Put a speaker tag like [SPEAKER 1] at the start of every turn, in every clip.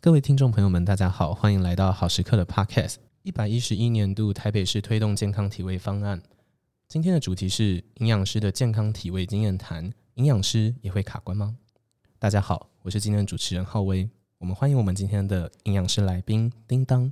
[SPEAKER 1] 各位听众朋友们，大家好，欢迎来到好时刻的 Podcast。一百一十一年度台北市推动健康体位方案，今天的主题是营养师的健康体位经验谈。营养师也会卡关吗？大家好，我是今天的主持人浩威。我们欢迎我们今天的营养师来宾叮当。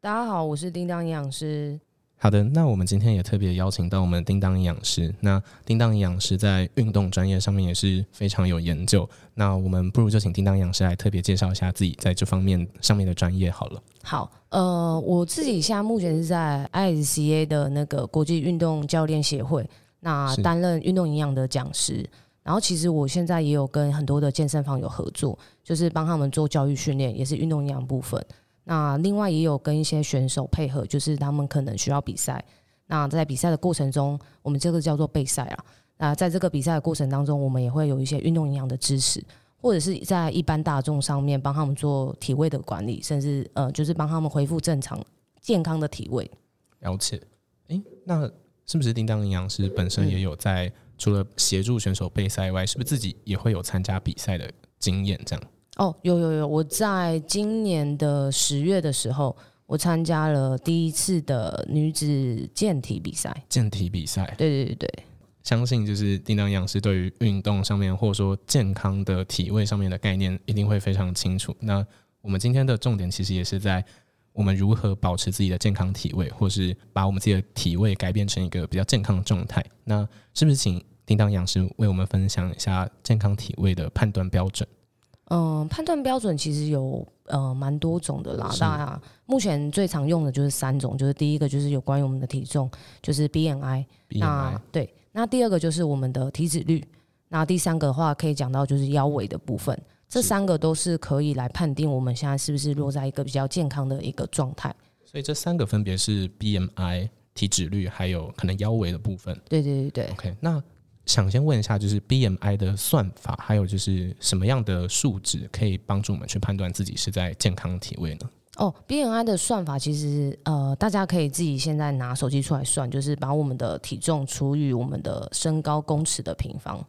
[SPEAKER 2] 大家好，我是叮当营养师。
[SPEAKER 1] 好的，那我们今天也特别邀请到我们叮当营养师。那叮当营养师在运动专业上面也是非常有研究。那我们不如就请叮当营养师来特别介绍一下自己在这方面上面的专业好了。
[SPEAKER 2] 好，呃，我自己现在目前是在 ISCA 的那个国际运动教练协会，那
[SPEAKER 1] 是
[SPEAKER 2] 担任运动营养的讲师。然后其实我现在也有跟很多的健身房有合作，就是帮他们做教育训练，也是运动营养部分。那另外也有跟一些选手配合，就是他们可能需要比赛。那在比赛的过程中，我们这个叫做备赛啊。那在这个比赛的过程当中，我们也会有一些运动营养的知识。或者是在一般大众上面帮他们做体位的管理，甚至呃，就是帮他们恢复正常健康的体位。
[SPEAKER 1] 了解。嗯诶，那是不是叮当营养师本身也有在、除了协助选手备赛外，是不是自己也会有参加比赛的经验？这样
[SPEAKER 2] 哦，有有有，我在今年的十月的时候，我参加了第一次的女子健体比赛。
[SPEAKER 1] 健体比赛，
[SPEAKER 2] 对对对对，
[SPEAKER 1] 相信就是叮当营养师对于运动上面或者说健康的体位上面的概念一定会非常清楚。那我们今天的重点其实也是在我们如何保持自己的健康体位，或是把我们自己的体位改变成一个比较健康的状态。那是不是请叮当营养师为我们分享一下健康体位的判断标准？
[SPEAKER 2] 嗯、判断标准其实有呃蛮多种的啦。
[SPEAKER 1] 是
[SPEAKER 2] 当然，目前最常用的就是三种，就是第一个就是有关于我们的体重，就是 BMI。
[SPEAKER 1] BMI
[SPEAKER 2] 那对，那第二个就是我们的体脂率，那第三个的话可以讲到就是腰围的部分，这
[SPEAKER 1] 是
[SPEAKER 2] 三个都是可以来判定我们现在是不是落在一个比较健康的一个状态。
[SPEAKER 1] 所以这三个分别是 BMI、体脂率，还有可能腰围的部分。
[SPEAKER 2] 对对对对，
[SPEAKER 1] OK，那想先问一下，就是 BMI 的算法，还有就是什么样的数值可以帮助我们去判断自己是在健康体位呢？
[SPEAKER 2] 哦，BMI 的算法其实呃，大家可以自己现在拿手机出来算，就是把我们的体重除以我们的身高公尺的平方。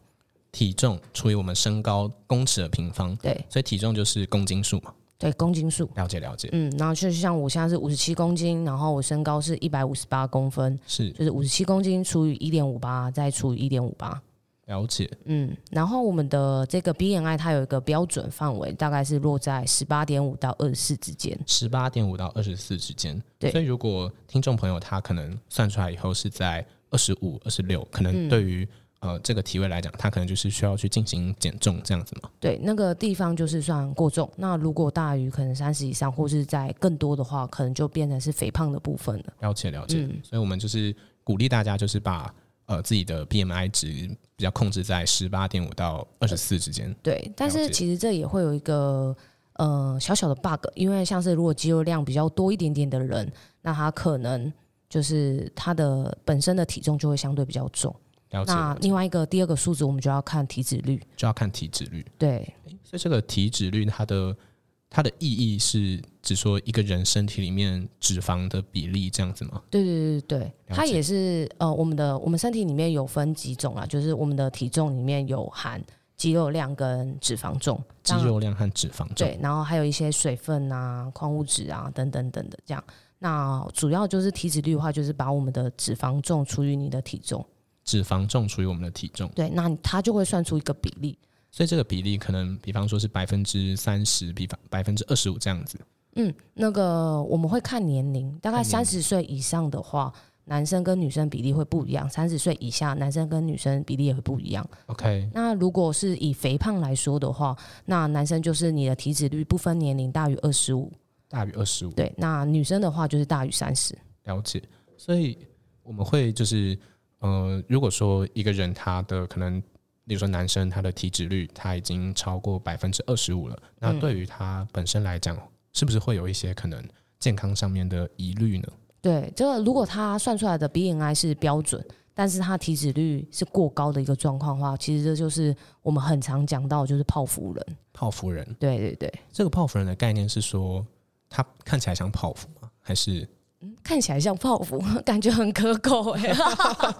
[SPEAKER 1] 体重除以我们身高公尺的平方，
[SPEAKER 2] 对
[SPEAKER 1] 所以体重就是公斤数嘛。
[SPEAKER 2] 对，公斤数。
[SPEAKER 1] 了解了解，
[SPEAKER 2] 嗯，然后就像我现在是五十七公斤，然后我身高是一百五十八公分，
[SPEAKER 1] 是
[SPEAKER 2] 就是五十七公斤除以一点五八，再除以一点五八。
[SPEAKER 1] 了解。
[SPEAKER 2] 嗯，然后我们的这个 BMI 它有一个标准范围，大概是落在十八点五到二十四之间。
[SPEAKER 1] 十八点五到二十四之间，
[SPEAKER 2] 对
[SPEAKER 1] 所以如果听众朋友他可能算出来以后是在二十五、二十六，可能
[SPEAKER 2] 嗯
[SPEAKER 1] 对于、呃这个体位来讲，他可能就是需要去进行减重这样子嘛。
[SPEAKER 2] 对，那个地方就是算过重。那如果大于可能三十以上，或是在更多的话，可能就变成是肥胖的部分了。
[SPEAKER 1] 了解了解，
[SPEAKER 2] 嗯
[SPEAKER 1] 所以我们就是鼓励大家，就是把呃自己的 BMI 值比较控制在十八点五到二十四之间。
[SPEAKER 2] 对，但
[SPEAKER 1] 了
[SPEAKER 2] 是
[SPEAKER 1] 解
[SPEAKER 2] 其实这也会有一个呃小小的 bug，因为像是如果肌肉量比较多一点点的人，那他可能就是他的本身的体重就会相对比较重。
[SPEAKER 1] 了解，
[SPEAKER 2] 那另外一个第二个数值，我们就要看体脂率。
[SPEAKER 1] 就要看体脂率。
[SPEAKER 2] 对，
[SPEAKER 1] 所以这个体脂率它的它的意义是指说一个人身体里面脂肪的比例这样子吗？
[SPEAKER 2] 对对对对对，
[SPEAKER 1] 解
[SPEAKER 2] 它也是呃，我们的我们身体里面有分几种啊，就是我们的体重里面有含肌肉量跟脂肪重，
[SPEAKER 1] 肌
[SPEAKER 2] 当然
[SPEAKER 1] 肉量和脂肪重。
[SPEAKER 2] 对，然后还有一些水分啊、矿物质啊等等等的这样。那主要就是体脂率的话，就是把我们的脂肪重除以你的体重，
[SPEAKER 1] 脂肪重除以我们的体重，
[SPEAKER 2] 对，那你它就会算出一个比例。
[SPEAKER 1] 所以这个比例可能，比方说是百分之三十，比方百分之二十五这样子。
[SPEAKER 2] 嗯，那个我们会看年龄，大概
[SPEAKER 1] 看年龄
[SPEAKER 2] 三十岁以上的话，男生跟女生比例会不一样；三十岁以下，男生跟女生比例也会不一样。
[SPEAKER 1] OK，
[SPEAKER 2] 那如果是以肥胖来说的话，那男生就是你的体脂率不分年龄大于二十五，
[SPEAKER 1] 大于二十五。
[SPEAKER 2] 对，那女生的话就是大于三十。
[SPEAKER 1] 了解，所以我们会就是，呃，如果说一个人他的可能，例如说男生他的体脂率他已经超过百分之二十五了，那
[SPEAKER 2] 嗯
[SPEAKER 1] 对于他本身来讲，是不是会有一些可能健康上面的疑虑呢？
[SPEAKER 2] 对，这个如果他算出来的 BMI 是标准，但是他体脂率是过高的一个状况的话，其实这就是我们很常讲到就是泡芙人。
[SPEAKER 1] 泡芙人，
[SPEAKER 2] 对对对，
[SPEAKER 1] 这个泡芙人的概念是说他看起来像泡芙吗？还是
[SPEAKER 2] 嗯， 看起来像泡芙， 感觉很可口哎、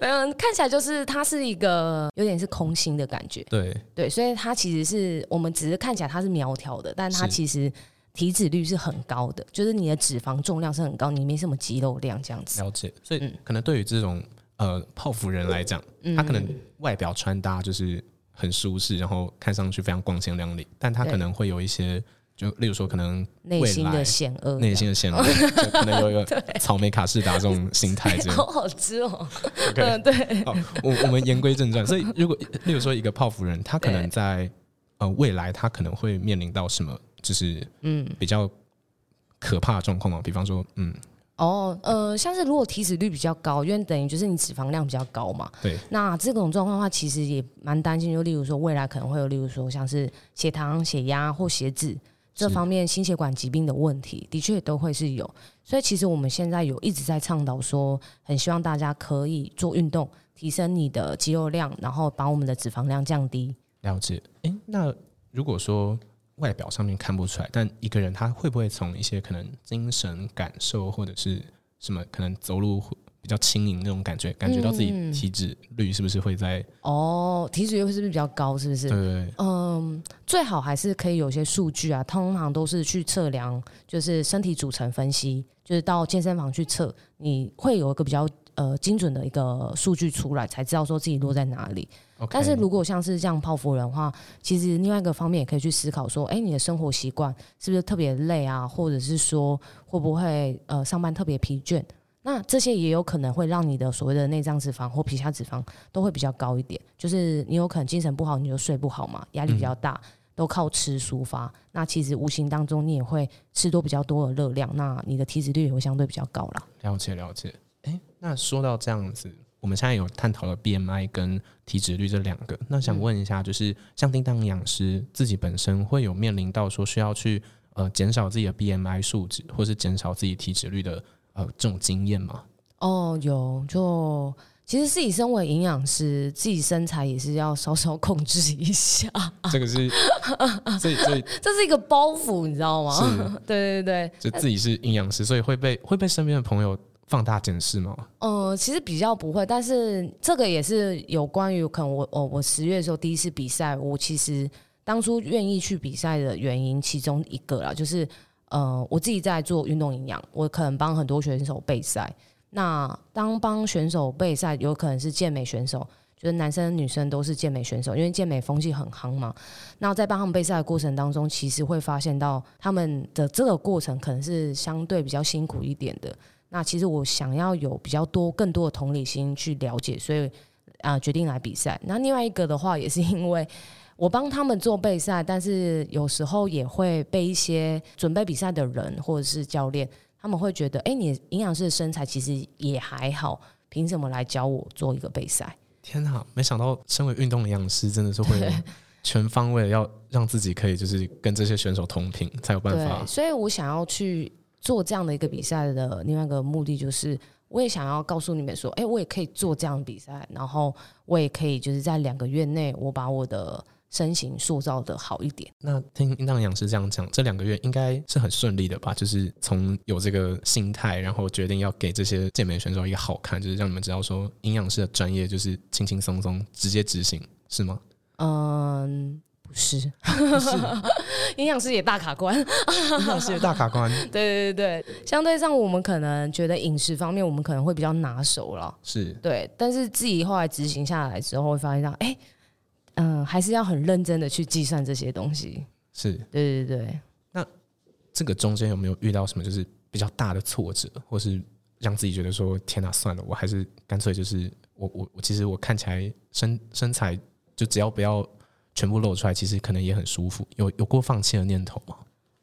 [SPEAKER 2] 没有，看起来就是它是一个有点是空心的感觉，
[SPEAKER 1] 对，
[SPEAKER 2] 对，所以它其实是我们只是看起来它是苗条的，但它
[SPEAKER 1] 是
[SPEAKER 2] 其实体脂率是很高的，就是你的脂肪重量是很高，你没什么肌肉量这样子。
[SPEAKER 1] 了解。所以
[SPEAKER 2] 嗯
[SPEAKER 1] 可能对于这种呃泡芙人来讲，
[SPEAKER 2] 嗯
[SPEAKER 1] 他可能外表穿搭就是很舒适，然后看上去非常光鲜亮丽，但他
[SPEAKER 2] 对
[SPEAKER 1] 可能会有一些，就例如说可能
[SPEAKER 2] 内
[SPEAKER 1] 未
[SPEAKER 2] 心
[SPEAKER 1] 来
[SPEAKER 2] 的险恶，
[SPEAKER 1] 内心的陷入，就可能有 一个草莓卡士达这种心态这样。
[SPEAKER 2] 好好吃 哦。
[SPEAKER 1] OK，
[SPEAKER 2] 嗯，对，
[SPEAKER 1] 好，我我们言归正传。所以，如果例如说一个泡芙人，他可能
[SPEAKER 2] 对
[SPEAKER 1] 在呃未来，他可能会面临到什么，就是
[SPEAKER 2] 嗯，
[SPEAKER 1] 比较可怕的状况嘛？比方说，嗯，
[SPEAKER 2] 哦，呃，像是如果体脂率比较高，因为等于就是你脂肪量比较高嘛，
[SPEAKER 1] 对，
[SPEAKER 2] 那这种状况的话，其实也蛮担心，就例如说未来可能会有，例如说像是血糖、血压或血脂这
[SPEAKER 1] 是
[SPEAKER 2] 方面心血管疾病的问题，的确都会是有。所以其实我们现在有一直在倡导说，很希望大家可以做运动，提升你的肌肉量，然后把我们的脂肪量降低。
[SPEAKER 1] 了解。诶，那如果说外表上面看不出来，但一个人他会不会从一些可能精神感受或者是什么，可能走路会比较轻盈那种感觉，感觉到自己
[SPEAKER 2] 嗯
[SPEAKER 1] 体脂率是不是会在？
[SPEAKER 2] 哦，体脂率是不是比较高？是不是？
[SPEAKER 1] 对对对，
[SPEAKER 2] 嗯，最好还是可以有一些数据啊，通常都是去测量，就是身体组成分析，就是到健身房去测，你会有一个比较呃精准的一个数据出来，才知道说自己落在哪里。
[SPEAKER 1] OK
[SPEAKER 2] 但是如果像是这样泡芙人的话，其实另外一个方面也可以去思考说，哎、你的生活习惯是不是特别累啊，或者是说会不会呃上班特别疲倦？那这些也有可能会让你的所谓的内脏脂肪或皮下脂肪都会比较高一点，就是你有可能精神不好，你就睡不好嘛，压力比较大，都靠吃抒发。那其实无形当中你也会吃多比较多的热量，那你的体脂率也会相对比较高啦。
[SPEAKER 1] 了解了解。诶，那说到这样子，我们现在有探讨了 BMI 跟体脂率这两个，那想问一下，就是像叮当营养师自己本身会有面临到说需要去呃减少自己的 BMI 数值，或是减少自己体脂率的呃这种经验吗？
[SPEAKER 2] 哦，有就其实自己身为营养师，自己身材也是要稍稍控制一下，
[SPEAKER 1] 这个是，所以所以
[SPEAKER 2] 这是一个包袱，你知道吗？
[SPEAKER 1] 是
[SPEAKER 2] 对对对，
[SPEAKER 1] 就自己是营养师，所以会被会被身边的朋友放大检视吗？
[SPEAKER 2] 呃，其实比较不会，但是这个也是有关于可能我哦我我十月的时候第一次比赛，我其实当初愿意去比赛的原因其中一个啦，就是呃我自己在做运动营养，我可能帮很多选手备赛。那当帮选手备赛，有可能是健美选手，就是男生女生都是健美选手，因为健美风气很夯嘛。那在帮他们备赛的过程当中，其实会发现到他们的这个过程可能是相对比较辛苦一点的。那其实我想要有比较多、更多的同理心去了解，所以啊、呃决定来比赛。那另外一个的话，也是因为我帮他们做备赛，但是有时候也会被一些准备比赛的人或者是教练，他们会觉得，哎、你营养师的身材其实也还好，凭什么来教我做一个备赛？
[SPEAKER 1] 天哪，没想到身为运动营养师，真的是会有全方位的要让自己可以就是跟这些选手同频，才有办法
[SPEAKER 2] 对，所以我想要去做这样的一个比赛的另外一个目的，就是我也想要告诉你们说，哎、我也可以做这样的比赛，然后我也可以就是在两个月内，我把我的身形塑造的好一点。
[SPEAKER 1] 那听当养师这样讲，这两个月应该是很顺利的吧？就是从有这个心态，然后决定要给这些健美选手一个好看，就是让你们知道说营养师的专业就是轻轻松松直接执行，是吗？
[SPEAKER 2] 嗯，不 是，营养师也大卡关。
[SPEAKER 1] 营养师的大卡关
[SPEAKER 2] 对对对对，相对上我们可能觉得饮食方面我们可能会比较拿手了。
[SPEAKER 1] 是
[SPEAKER 2] 对，但是自己后来执行下来之后，会发现到，哎、嗯、还是要很认真的去计算这些东西。
[SPEAKER 1] 是，
[SPEAKER 2] 对对对，
[SPEAKER 1] 这个中间有没有遇到什么就是比较大的挫折，或是让自己觉得说天哪、算了，我还是干脆就是我我我其实我看起来身身材就只要不要全部露出来，其实可能也很舒服，有有过放弃的念头吗？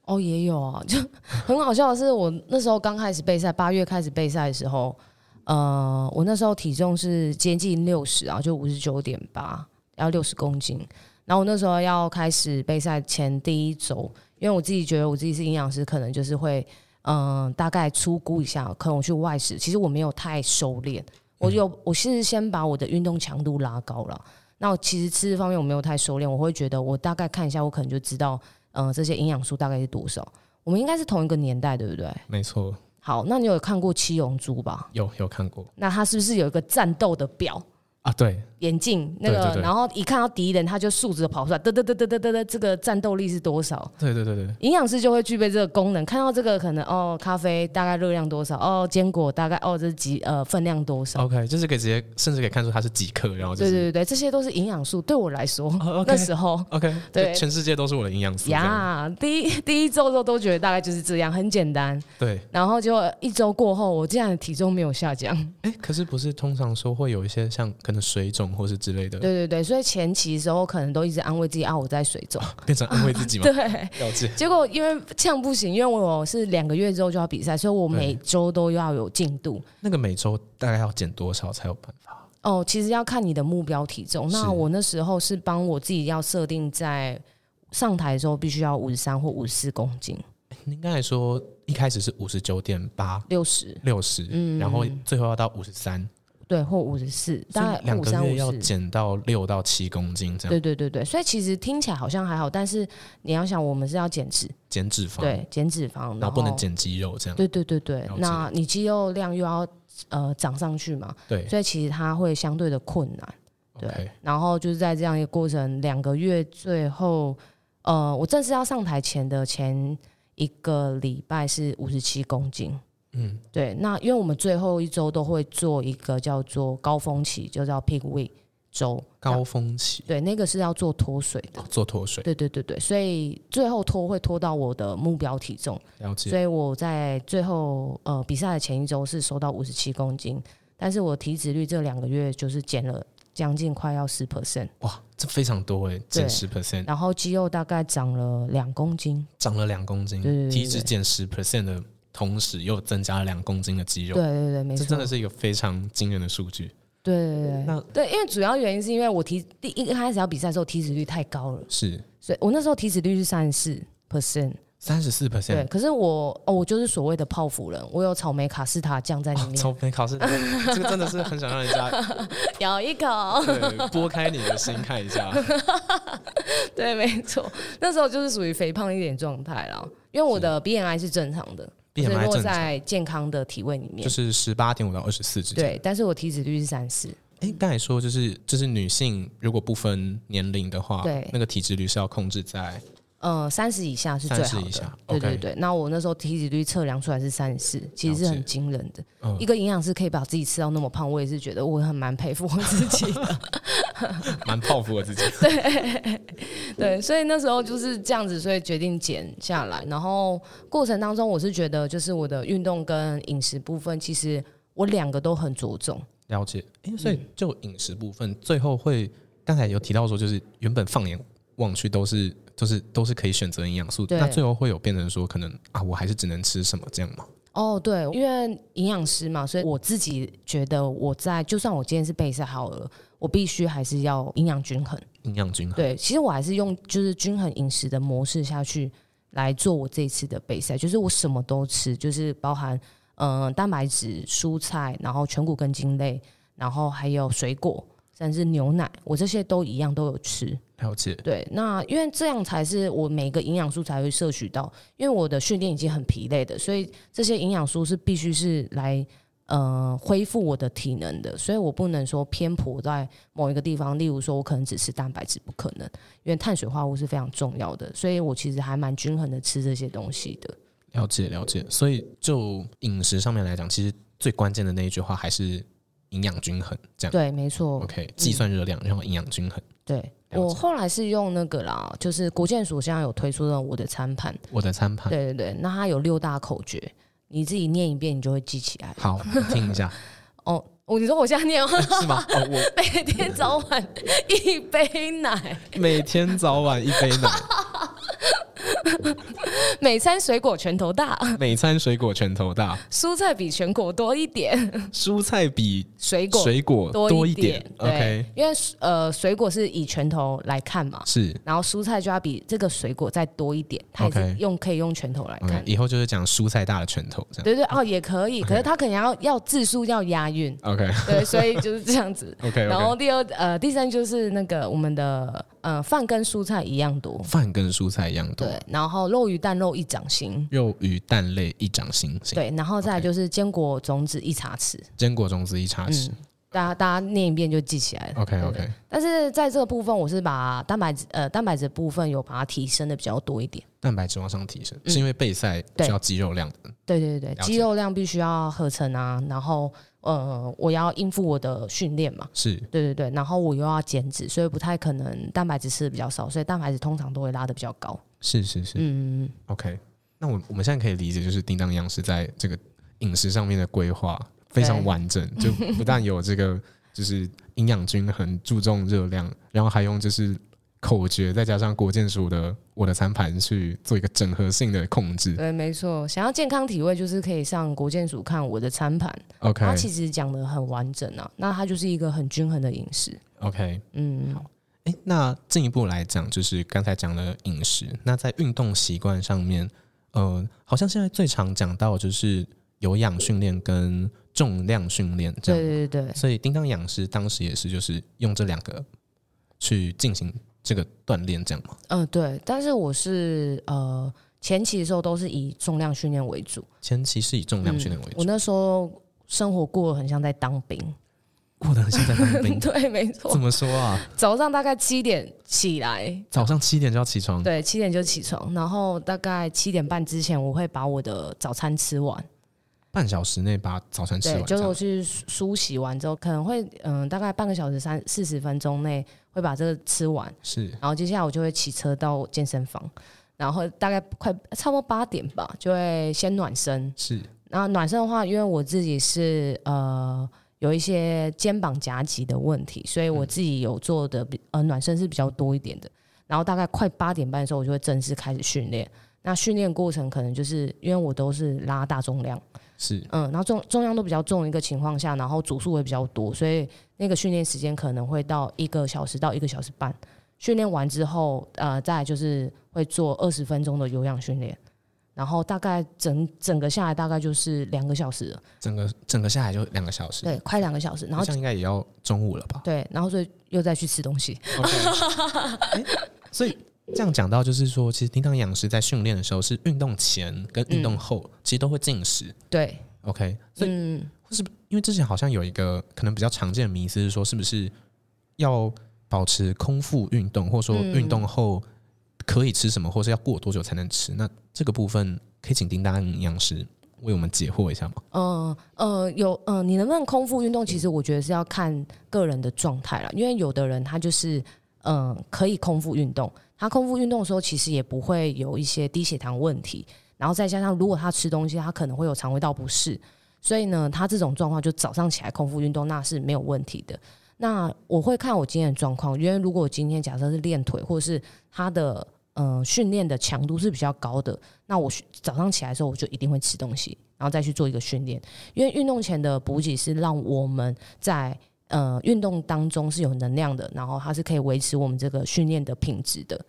[SPEAKER 2] 哦，也有啊，就 很好笑的是，我那时候刚开始备赛，八月开始备赛的时候，呃，我那时候体重是接近六十啊，就五十九点八，要六十公斤。然后我那时候要开始备赛前第一周，因为我自己觉得我自己是营养师，可能就是会嗯、大概粗估一下，可能我去外食，其实我没有太收敛，我有我是先把我的运动强度拉高了。那我其实吃方面我没有太收敛，我会觉得我大概看一下，我可能就知道嗯、呃这些营养素大概是多少。我们应该是同一个年代，对不对？
[SPEAKER 1] 没错，
[SPEAKER 2] 好，那你有看过《七龙珠》吧？
[SPEAKER 1] 有有看过
[SPEAKER 2] 那它是不是有一个战斗的表？
[SPEAKER 1] 啊？对，
[SPEAKER 2] 眼镜那个，
[SPEAKER 1] 对对对
[SPEAKER 2] 然后一看到敌人，他就竖着跑出来，嘚嘚嘚嘚嘚嘚嘚，这个战斗力是多少？
[SPEAKER 1] 对对对对，
[SPEAKER 2] 营养师就会具备这个功能，看到这个可能哦，咖啡大概热量多少？哦，坚果大概哦，这是几呃分量多少？
[SPEAKER 1] OK，就是可以直接，甚至可以看出它是几克，然后就
[SPEAKER 2] 对
[SPEAKER 1] 是
[SPEAKER 2] 对对对，这些都是营养素。对我来说，
[SPEAKER 1] 哦，OK
[SPEAKER 2] 那时候
[SPEAKER 1] OK，
[SPEAKER 2] 对
[SPEAKER 1] 就全世界都是我的营养素。这样
[SPEAKER 2] 呀，第一 第一周都都觉得大概就是这样，很简单。
[SPEAKER 1] 对，
[SPEAKER 2] 然后结果一周过后，我竟然体重没有下降。
[SPEAKER 1] 哎，可是不是通常说会有一些像可能水肿或是之类的，
[SPEAKER 2] 对对对，所以前期的时候可能都一直安慰自己啊，我在水 肿。
[SPEAKER 1] 变成安慰自己嘛？
[SPEAKER 2] 对，
[SPEAKER 1] 了解。
[SPEAKER 2] 结果因为这样不行，因为我是两个月之后就要比赛，所以我每周都要有进度。
[SPEAKER 1] 那个每周大概要减多少才有办法？
[SPEAKER 2] 哦，其实要看你的目标体重。
[SPEAKER 1] 是
[SPEAKER 2] 那我那时候是帮我自己要设定在上台的时候必须要五十三或五十四公斤，
[SPEAKER 1] 您刚才说一开始是五十九点八
[SPEAKER 2] 六十
[SPEAKER 1] 六十，
[SPEAKER 2] 嗯
[SPEAKER 1] 然后最后要到五十三，
[SPEAKER 2] 对或五十四，
[SPEAKER 1] 所
[SPEAKER 2] 大
[SPEAKER 1] 以
[SPEAKER 2] 概
[SPEAKER 1] 两
[SPEAKER 2] 五
[SPEAKER 1] 个
[SPEAKER 2] 三
[SPEAKER 1] 月要
[SPEAKER 2] 五十。
[SPEAKER 1] 减到六到七公斤这样，
[SPEAKER 2] 对对对对，所以其实听起来好像还好，但是你要想，我们是要减脂，
[SPEAKER 1] 减脂肪，
[SPEAKER 2] 对，减脂肪，
[SPEAKER 1] 哦然后不能减肌肉这样。
[SPEAKER 2] 对对对对
[SPEAKER 1] 了，解
[SPEAKER 2] 那你肌肉量又要呃涨上去嘛，
[SPEAKER 1] 对
[SPEAKER 2] 所以其实它会相对的困难。对
[SPEAKER 1] OK，
[SPEAKER 2] 然后就是在这样一个过程，两个月最后，呃，我正式要上台前的前一个礼拜是五十七公斤。
[SPEAKER 1] 嗯，
[SPEAKER 2] 对，那因为我们最后一周都会做一个叫做高峰期，就叫 peak week 周。
[SPEAKER 1] 高峰期
[SPEAKER 2] 对，那个是要做脱水的。
[SPEAKER 1] 哦做脱水，
[SPEAKER 2] 对对对对，所以最后脱会脱到我的目标体重。
[SPEAKER 1] 了解
[SPEAKER 2] 所以我在最后呃比赛的前一周是收到五十七公斤，但是我体脂率这两个月就是减了将近快要十 percent，
[SPEAKER 1] 哇，这非常多哎，减十 percent，
[SPEAKER 2] 然后肌肉大概长了两公斤。
[SPEAKER 1] 长了两公斤
[SPEAKER 2] 对对，对
[SPEAKER 1] 体脂减十 percent 的同时又增加了两公斤的肌
[SPEAKER 2] 对
[SPEAKER 1] 肉，
[SPEAKER 2] 对对，没
[SPEAKER 1] 这
[SPEAKER 2] 错，
[SPEAKER 1] 真的是一个非常惊人的数据。
[SPEAKER 2] 对对对
[SPEAKER 1] 那
[SPEAKER 2] 对。对，因为主要原因是因为我体第一开始要比赛的时候体脂率太高了，
[SPEAKER 1] 是
[SPEAKER 2] 所以我那时候体脂率是三十四 percent，
[SPEAKER 1] 三十四
[SPEAKER 2] 对。
[SPEAKER 1] percent，
[SPEAKER 2] 可是我哦，我就是所谓的泡芙人，我有草莓卡士塔酱在里面，
[SPEAKER 1] 从没考试，这个真的是很想让人家
[SPEAKER 2] 咬一口。
[SPEAKER 1] 对拨开你的心看一下。
[SPEAKER 2] 对，没错，那时候就是属于肥胖一点状态啦，因为我的 BMI 是正常的，
[SPEAKER 1] BMI
[SPEAKER 2] 就是落
[SPEAKER 1] 正常
[SPEAKER 2] 在健康的体位里面
[SPEAKER 1] 就。是十八点五到二十四之间。
[SPEAKER 2] 对，但是我体脂率是三十，
[SPEAKER 1] 哎，刚才说就是就是女性如果不分年龄的话，
[SPEAKER 2] 对
[SPEAKER 1] 那个体脂率是要控制在
[SPEAKER 2] 呃，三十以下是最好
[SPEAKER 1] 30以
[SPEAKER 2] 的
[SPEAKER 1] 下。
[SPEAKER 2] 对
[SPEAKER 1] OK
[SPEAKER 2] 对对，那我那时候体脂率测量出来是三十四，其实是
[SPEAKER 1] 了解
[SPEAKER 2] 很惊人的。
[SPEAKER 1] 嗯
[SPEAKER 2] 一个营养师可以把自己吃到那么胖，我也是觉得我很蛮佩服我自己的。
[SPEAKER 1] 蛮泡芙我 自己。
[SPEAKER 2] 对，所以那时候就是这样子，所以决定减下来。然后过程当中，我是觉得就是我的运动跟饮食部分，其实我两个都很着重。
[SPEAKER 1] 了解，
[SPEAKER 2] 嗯
[SPEAKER 1] 哎，所以就饮食部分，最后会刚才有提到说，就是原本放眼望去都是都是都是可以选择营养素，
[SPEAKER 2] 对
[SPEAKER 1] 那最后会有变成说，可能啊，我还是只能吃什么这样吗？
[SPEAKER 2] 哦，对，因为营养师嘛，所以我自己觉得我在，就算我今天是备赛好了，我必须还是要营养均衡。
[SPEAKER 1] 营养均衡，
[SPEAKER 2] 对，其实我还是用就是均衡饮食的模式下去来做我这一次的备赛，就是我什么都吃，就是包含嗯、呃蛋白质、蔬菜，然后全谷根茎类，然后还有水果，甚至牛奶，我这些都一样都有吃。
[SPEAKER 1] 了解，
[SPEAKER 2] 对，那因为这样才是我每个营养素才会摄取到，因为我的训练已经很疲累的，所以这些营养素是必须是来呃恢复我的体能的，所以我不能说偏颇在某一个地方，例如说我可能只吃蛋白质，不可能，因为碳水化合物是非常重要的，所以我其实还蛮均衡的吃这些东西的。
[SPEAKER 1] 了解，了解。所以就饮食上面来讲，其实最关键的那一句话还是营养均衡这样。
[SPEAKER 2] 对，没嗯错，
[SPEAKER 1] OK，计算热量，然后营养均衡。
[SPEAKER 2] 对
[SPEAKER 1] 了解
[SPEAKER 2] 我后来是用那个啦，就是国健署现在有推出的我的餐盘，
[SPEAKER 1] 我的餐盘，
[SPEAKER 2] 对对对，那它有六大口诀，你自己念一遍，你就会记起来。
[SPEAKER 1] 好，我听一下，
[SPEAKER 2] 哦，我你说我现在念哦，
[SPEAKER 1] 是吗？哦，我
[SPEAKER 2] 每天早晚一杯奶，
[SPEAKER 1] 每天早晚一杯奶，
[SPEAKER 2] 每餐水果拳头大，
[SPEAKER 1] 每餐水果拳头大，
[SPEAKER 2] 蔬菜比全国多一点，
[SPEAKER 1] 蔬菜比
[SPEAKER 2] 水果
[SPEAKER 1] 水果多
[SPEAKER 2] 一
[SPEAKER 1] 一点。
[SPEAKER 2] 对
[SPEAKER 1] OK，，
[SPEAKER 2] 因为呃水果是以拳头来看嘛，
[SPEAKER 1] 是
[SPEAKER 2] 然后蔬菜就要比这个水果再多一点，它也是
[SPEAKER 1] OK
[SPEAKER 2] 用可以用拳头来看。
[SPEAKER 1] OK，以后就是讲蔬菜大的拳头这样。
[SPEAKER 2] 对对哦，也可以，可是它可能要要字数要押韵，
[SPEAKER 1] OK，OK，OK，、
[SPEAKER 2] 对，所以就是这样子。
[SPEAKER 1] OK，OK，
[SPEAKER 2] 然后第二呃第三就是那个我们的呃，饭跟蔬菜一样多，
[SPEAKER 1] 饭跟蔬菜一样多，
[SPEAKER 2] 对，然后肉鱼蛋肉一掌心，
[SPEAKER 1] 肉、鱼、蛋类一掌心，
[SPEAKER 2] 对，然后再来
[SPEAKER 1] OK
[SPEAKER 2] 就是坚果种子一茶匙，
[SPEAKER 1] 坚果种子一茶匙。
[SPEAKER 2] 嗯，大家大家念一遍就记起来了。
[SPEAKER 1] OK
[SPEAKER 2] 对
[SPEAKER 1] OK，
[SPEAKER 2] 但是在这个部分，我是把蛋白质呃蛋白质的部分有把它提升的比较多一点。
[SPEAKER 1] 蛋白质往上提升，
[SPEAKER 2] 嗯
[SPEAKER 1] 是因为备赛
[SPEAKER 2] 对
[SPEAKER 1] 需要肌肉量的。
[SPEAKER 2] 对对对
[SPEAKER 1] 了
[SPEAKER 2] 对，
[SPEAKER 1] 解
[SPEAKER 2] 肌肉量必须要合成啊，然后呃我要应付我的训练嘛，
[SPEAKER 1] 是
[SPEAKER 2] 对对对，然后我又要减脂，所以不太可能蛋白质吃的比较少，所以蛋白质通常都会拉的比较高。
[SPEAKER 1] 是是是、
[SPEAKER 2] 嗯，
[SPEAKER 1] o k 那我我们现在可以理解，就是叮当央视在这个饮食上面的规划非常
[SPEAKER 2] 对
[SPEAKER 1] 完整，就不但有这个就是营养均衡，注重热量，然后还用就是口诀，再加上国健署的我的餐盘去做一个整合性的控制。
[SPEAKER 2] 对，没错，想要健康体位就是可以上国健署看我的餐盘，
[SPEAKER 1] OK
[SPEAKER 2] 它其实讲的很完整啊，那它就是一个很均衡的饮食。
[SPEAKER 1] OK，
[SPEAKER 2] 嗯，
[SPEAKER 1] 诶，那进一步来讲，就是刚才讲了饮食，那在运动习惯上面，呃，好像现在最常讲到就是有氧训练跟重量训练这
[SPEAKER 2] 对
[SPEAKER 1] 样，
[SPEAKER 2] 对对对，
[SPEAKER 1] 所以叮当养师当时也是就是用这两个去进行这个锻炼，这样嘛，
[SPEAKER 2] 嗯、对，但是我是呃前期的时候都是以重量训练为主，
[SPEAKER 1] 前期是以重量训练为
[SPEAKER 2] 嗯我
[SPEAKER 1] 主，
[SPEAKER 2] 那时候生活过得很像在当兵，
[SPEAKER 1] 过得很像在当 兵，
[SPEAKER 2] 对，没
[SPEAKER 1] 怎
[SPEAKER 2] 错，
[SPEAKER 1] 么说啊？
[SPEAKER 2] 早上大概七点起来。
[SPEAKER 1] 早上七点就要起床，
[SPEAKER 2] 对，七点就起床，然后大概七点半之前，我会把我的早餐吃完。
[SPEAKER 1] 半小时内把早嗯餐吃
[SPEAKER 2] 对，
[SPEAKER 1] 完，
[SPEAKER 2] 就是
[SPEAKER 1] 这
[SPEAKER 2] 我
[SPEAKER 1] 样
[SPEAKER 2] 去梳梳洗完之后，可能会嗯、大概半个小时三四十分钟内会把这个吃完，
[SPEAKER 1] 是
[SPEAKER 2] 然后接下来我就会骑车到健身房，然后大概快差不多八点吧，就会先暖身。
[SPEAKER 1] 是
[SPEAKER 2] 那暖身的话，因为我自己是呃有一些肩膀夹脊的问题，所以我自己有做的比呃暖身是比较多一点的。然后大概快八点半的时候，我就会正式开始训练。那训练过程可能就是因为我都是拉大重量，
[SPEAKER 1] 是
[SPEAKER 2] 嗯，然后重重量都比较重的一个情况下，然后组数会比较多，所以那个训练时间可能会到一个小时到一个小时半。训练完之后，呃，再来就是会做二十分钟的有氧训练，然后大概整整个下来大概就是两个小时了，
[SPEAKER 1] 整个整个下来就两个小时，
[SPEAKER 2] 对，快两个小时。然后
[SPEAKER 1] 好像应该也要中午了吧？
[SPEAKER 2] 对，然后所以又再去吃东西，
[SPEAKER 1] OK，诶所以这样讲到就是说，其实叮当养师在训练的时候是运动前跟运动后、其实都会进食。
[SPEAKER 2] 对，
[SPEAKER 1] OK，所以
[SPEAKER 2] 嗯，
[SPEAKER 1] 因为之前好像有一个可能比较常见的迷思是说，是不是要保持空腹运动，或者说
[SPEAKER 2] 嗯
[SPEAKER 1] 运动后可以吃什么，或是要过多久才能吃？那这个部分可以请叮当营养师为我们解惑一下吗？
[SPEAKER 2] 呃呃，有呃，你能不能空腹运动？其实我觉得是要看个人的状态了，因为有的人他就是嗯、呃可以空腹运动，他空腹运动的时候其实也不会有一些低血糖问题，然后再加上如果他吃东西，他可能会有肠胃道不适，所以呢，他这种状况就早上起来空腹运动那是没有问题的。那我会看我今天的状况，因为如果我今天假设是练腿，或者是他的呃训练的强度是比较高的，那我去早上起来的时候，我就一定会吃东西，然后再去做一个训练。因为运动前的补给是让我们在呃运动当中是有能量的，然后它是可以维持我们这个训练的品质的。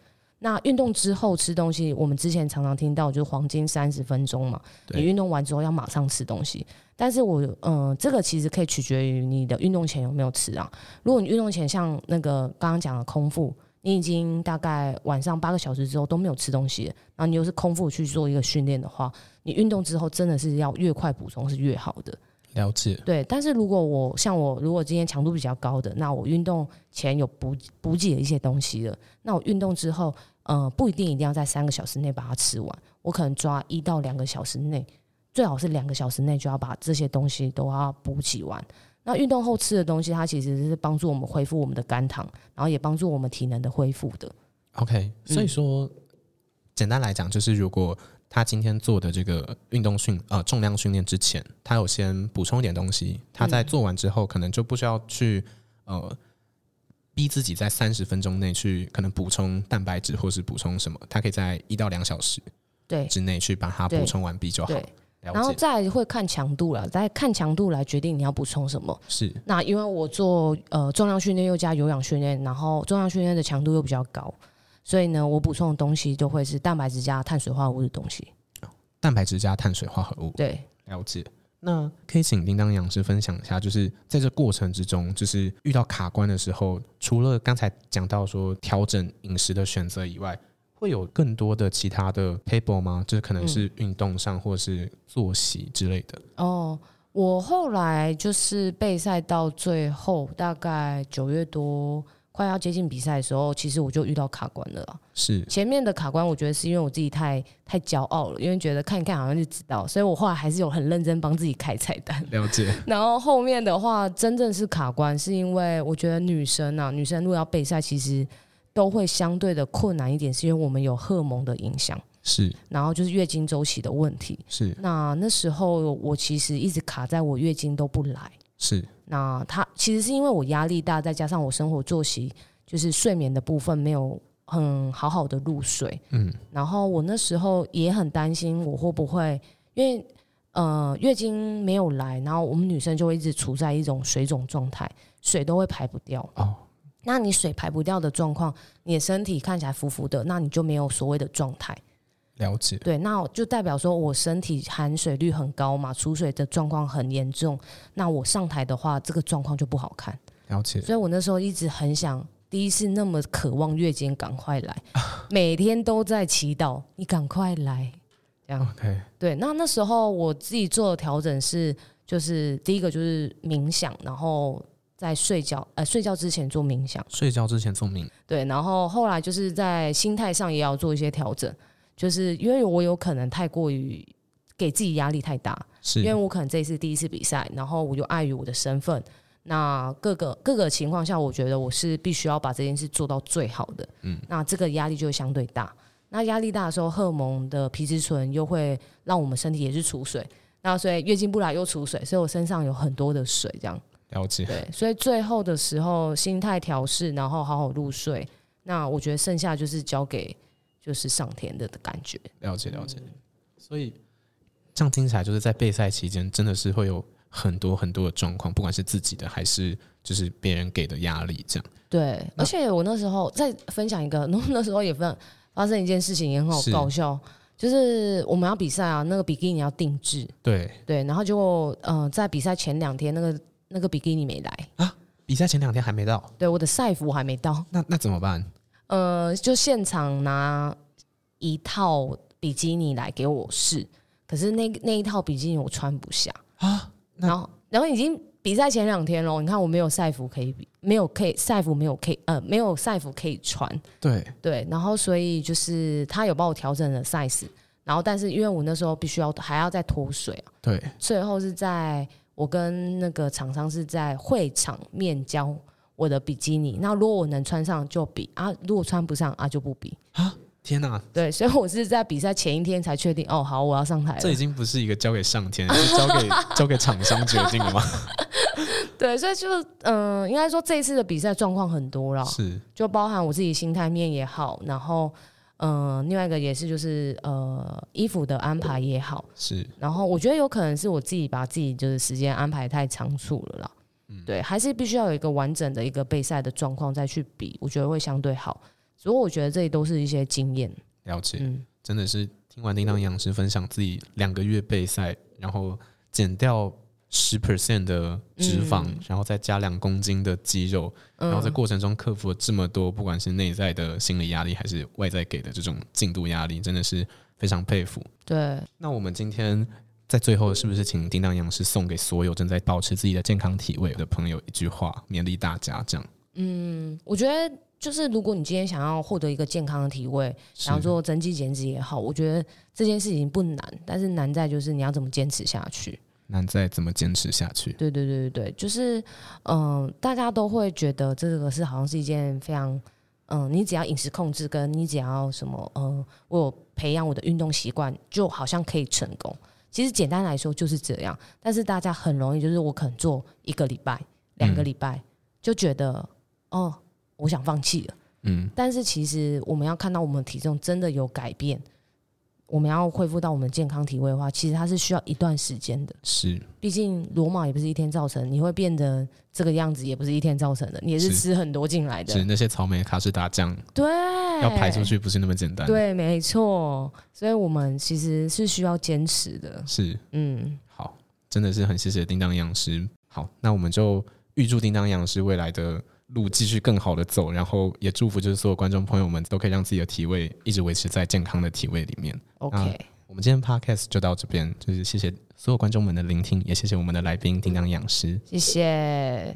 [SPEAKER 2] 那运动之后吃东西，我们之前常常听到就是黄金三十分钟嘛，
[SPEAKER 1] 对
[SPEAKER 2] 你运动完之后要马上吃东西。但是我嗯、呃这个其实可以取决于你的运动前有没有吃啊。如果你运动前像那个刚刚讲的空腹，你已经大概晚上八个小时之后都没有吃东西了，然后你又是空腹去做一个训练的话，你运动之后真的是要越快补充是越好的。
[SPEAKER 1] 了解，
[SPEAKER 2] 对，但是如果我像我，如果今天强度比较高的，那我运动前有补补给了一些东西了，那我运动之后，呃，不一定一定要在三个小时内把它吃完，我可能抓一到两个小时内，最好是两个小时内就要把这些东西都要补给完。那运动后吃的东西，它其实是帮助我们恢复我们的肝糖，然后也帮助我们体能的恢复的。
[SPEAKER 1] OK，所以
[SPEAKER 2] 嗯
[SPEAKER 1] 说，简单来讲，就是如果他今天做的这个运动训呃重量训练之前，他有先补充一点东西，他在做完之后，可能就不需要去呃逼自己在三十分钟内去可能补充蛋白质或是补充什么，他可以在一到两小时
[SPEAKER 2] 对
[SPEAKER 1] 之内去把它
[SPEAKER 2] 对
[SPEAKER 1] 补充完毕就好
[SPEAKER 2] 对。，然
[SPEAKER 1] 了
[SPEAKER 2] 后
[SPEAKER 1] 解，
[SPEAKER 2] 再来会看强度了，再看强度来决定你要补充什么。
[SPEAKER 1] 是
[SPEAKER 2] 那因为我做呃重量训练又加有氧训练，然后重量训练的强度又比较高，所以呢，我补充的东西就会是蛋白质加碳水化合物的东西。
[SPEAKER 1] 蛋白质加碳水化合物。
[SPEAKER 2] 对，
[SPEAKER 1] 了解。那可以请叮当营养师分享一下，就是在这过程之中，就是遇到卡关的时候，除了刚才讲到说调整饮食的选择以外，会有更多的其他的 table 吗？就是可能是运动上或是作息之类 的。
[SPEAKER 2] 哦，我后来就是备赛到最后，大概九月多快要接近比赛的时候，其实我就遇到卡关了啦。
[SPEAKER 1] 是
[SPEAKER 2] 前面的卡关，我觉得是因为我自己太太骄傲了，因为觉得看一看好像就知道，所以我后来还是有很认真帮自己开菜单。
[SPEAKER 1] 了解，
[SPEAKER 2] 然后后面的话，真正是卡关，是因为我觉得女生啊，女生如果要备赛，其实都会相对的困难一点，是因为我们有荷尔蒙的影响，
[SPEAKER 1] 是
[SPEAKER 2] 然后就是月经周期的问题。
[SPEAKER 1] 是
[SPEAKER 2] 那那时候我其实一直卡在我月经都不来。
[SPEAKER 1] 是
[SPEAKER 2] 那它其实是因为我压力大，再加上我生活作息就是睡眠的部分没有很好好的入睡，
[SPEAKER 1] 嗯，
[SPEAKER 2] 然后我那时候也很担心我会不会因为呃月经没有来，然后我们女生就会一直处在一种水肿状态，水都会排不掉。
[SPEAKER 1] 哦，
[SPEAKER 2] 那你水排不掉的状况，你的身体看起来浮浮的，那你就没有所谓的状态。
[SPEAKER 1] 了解，
[SPEAKER 2] 对，那我就代表说我身体含水率很高嘛，储水的状况很严重。那我上台的话，这个状况就不好看。
[SPEAKER 1] 了 解，
[SPEAKER 2] 所以我那时候一直很想，第一次那么渴望月经赶快来， 每天都在祈祷你赶快来。这样
[SPEAKER 1] 哦 OK，
[SPEAKER 2] 对，那那时候我自己做的调整是，就是第一个就是冥想，然后在睡觉，呃，睡觉之前做冥想。
[SPEAKER 1] 睡觉之前做冥，
[SPEAKER 2] 对，然后后来就是在心态上也要做一些调整，就是因为我有可能太过于给自己压力太大，
[SPEAKER 1] 是
[SPEAKER 2] 因为我可能这一次第一次比赛，然后我就碍于我的身份，那各个各个情况下，我觉得我是必须要把这件事做到最好的，嗯，那这个压力就会相对大。那压力大的时候，荷尔蒙的皮质醇又会让我们身体也是储水，那所以月经不来又储水，所以我身上有很多的水这样。
[SPEAKER 1] 了解，
[SPEAKER 2] 对，所以最后的时候心态调试，然后好好入睡。那我觉得剩下就是交给就是上天的感觉。
[SPEAKER 1] 了解了解。所以这样听起来，就是在备赛期间，真的是会有很多很多的状况，不管是自己的还是就是别人给的压力，这样
[SPEAKER 2] 对，
[SPEAKER 1] 那
[SPEAKER 2] 而且我那时候再分享一个， 那那时候也分发生一件事情也很好
[SPEAKER 1] 是
[SPEAKER 2] 搞笑，就是我们要比赛啊，那个比基尼要定制，
[SPEAKER 1] 对。
[SPEAKER 2] 对，然后结果呃在比赛前两天那个那个比基尼没来，
[SPEAKER 1] 比赛前两天还没到，
[SPEAKER 2] 对，我的赛服还没到，
[SPEAKER 1] 那那怎么办？
[SPEAKER 2] 呃，就现场拿一套比基尼来给我试，可是那那一套比基尼我穿不下啊。然后，然后已经比赛前两天了，你看我没有赛服可以比，没有可以赛服没有可以呃没有赛服可以穿，
[SPEAKER 1] 对，
[SPEAKER 2] 对。然后所以就是他有帮我调整了 size，然后但是因为我那时候必须要还要再脱水啊，
[SPEAKER 1] 对，
[SPEAKER 2] 最后是在我跟那个厂商是在会场面交我的比基尼。那如果我能穿上就比啊，如果穿不上啊就不比。
[SPEAKER 1] 天哪、
[SPEAKER 2] 对，所以我是在比赛前一天才确定，哦，好，我要上台
[SPEAKER 1] 这已
[SPEAKER 2] 了。
[SPEAKER 1] 经不是一个交给上天，是交给 交给厂商决定了吗？
[SPEAKER 2] 对，所以就嗯、呃应该说这一次的比赛状况很多了，
[SPEAKER 1] 是
[SPEAKER 2] 就包含我自己心态面也好，然后嗯、呃另外一个也是就是呃，衣服的安排也好，
[SPEAKER 1] 是，
[SPEAKER 2] 然后我觉得有可能是我自己把自己就是时间安排太仓促了啦。对，还是必须要有一个完整的一个备赛的状况再去比，我觉得会相对好。所以我觉得这都是一些经验。
[SPEAKER 1] 了解，
[SPEAKER 2] 嗯，
[SPEAKER 1] 真的是听完叮当营养师分享自己两个月备赛，然后减掉十 percent 的脂肪，
[SPEAKER 2] 嗯
[SPEAKER 1] 然后再加两公斤的肌肉，然后在过程中克服了这么多，不管是内在的心理压力，还是外在给的这种进度压力，真的是非常佩服。
[SPEAKER 2] 对，
[SPEAKER 1] 那我们今天在最后，是不是请叮当营养师送给所有正在保持自己的健康体位的朋友一句话，勉励大家这样？
[SPEAKER 2] 我觉得就是如果你今天想要获得一个健康的体位，
[SPEAKER 1] 是
[SPEAKER 2] 想要做增肌减脂也好，我觉得这件事情不难，但是难在就是你要怎么坚持下去。
[SPEAKER 1] 那再怎么坚持下去？
[SPEAKER 2] 对对对对对，就是嗯、呃大家都会觉得这个是好像是一件非常嗯、呃你只要饮食控制跟你只要什么呃，我有培养我的运动习惯，就好像可以成功。其实简单来说就是这样，但是大家很容易就是我可能做一个礼拜、两个
[SPEAKER 1] 嗯
[SPEAKER 2] 礼拜、就觉得哦，我想放弃了。
[SPEAKER 1] 嗯，
[SPEAKER 2] 但是其实我们要看到我们体重真的有改变，我们要恢复到我们健康体位的话，其实它是需要一段时间的。
[SPEAKER 1] 是
[SPEAKER 2] 毕竟罗马也不是一天造成，你会变得这个样子也不是一天造成的，你也是
[SPEAKER 1] 是
[SPEAKER 2] 吃很多进来
[SPEAKER 1] 是
[SPEAKER 2] 的，
[SPEAKER 1] 那些草莓卡士达酱
[SPEAKER 2] 对，
[SPEAKER 1] 要排出。去不啊是那么简单。，
[SPEAKER 2] 哎对，没错，所以我们其实是需要坚持的。
[SPEAKER 1] 是
[SPEAKER 2] 嗯，
[SPEAKER 1] 好。真的是很谢谢叮当营养师。好，那我们就预祝叮当营养师未来的路继续更好的走，然后也祝福就是所有观众朋友们都可以让自己的体位一直维持在健康的体位里面。
[SPEAKER 2] OK，、
[SPEAKER 1] 我们今天 podcast 就到这边，就是谢谢所有观众们的聆听，也谢谢我们的来宾叮当营养师。
[SPEAKER 2] 谢谢。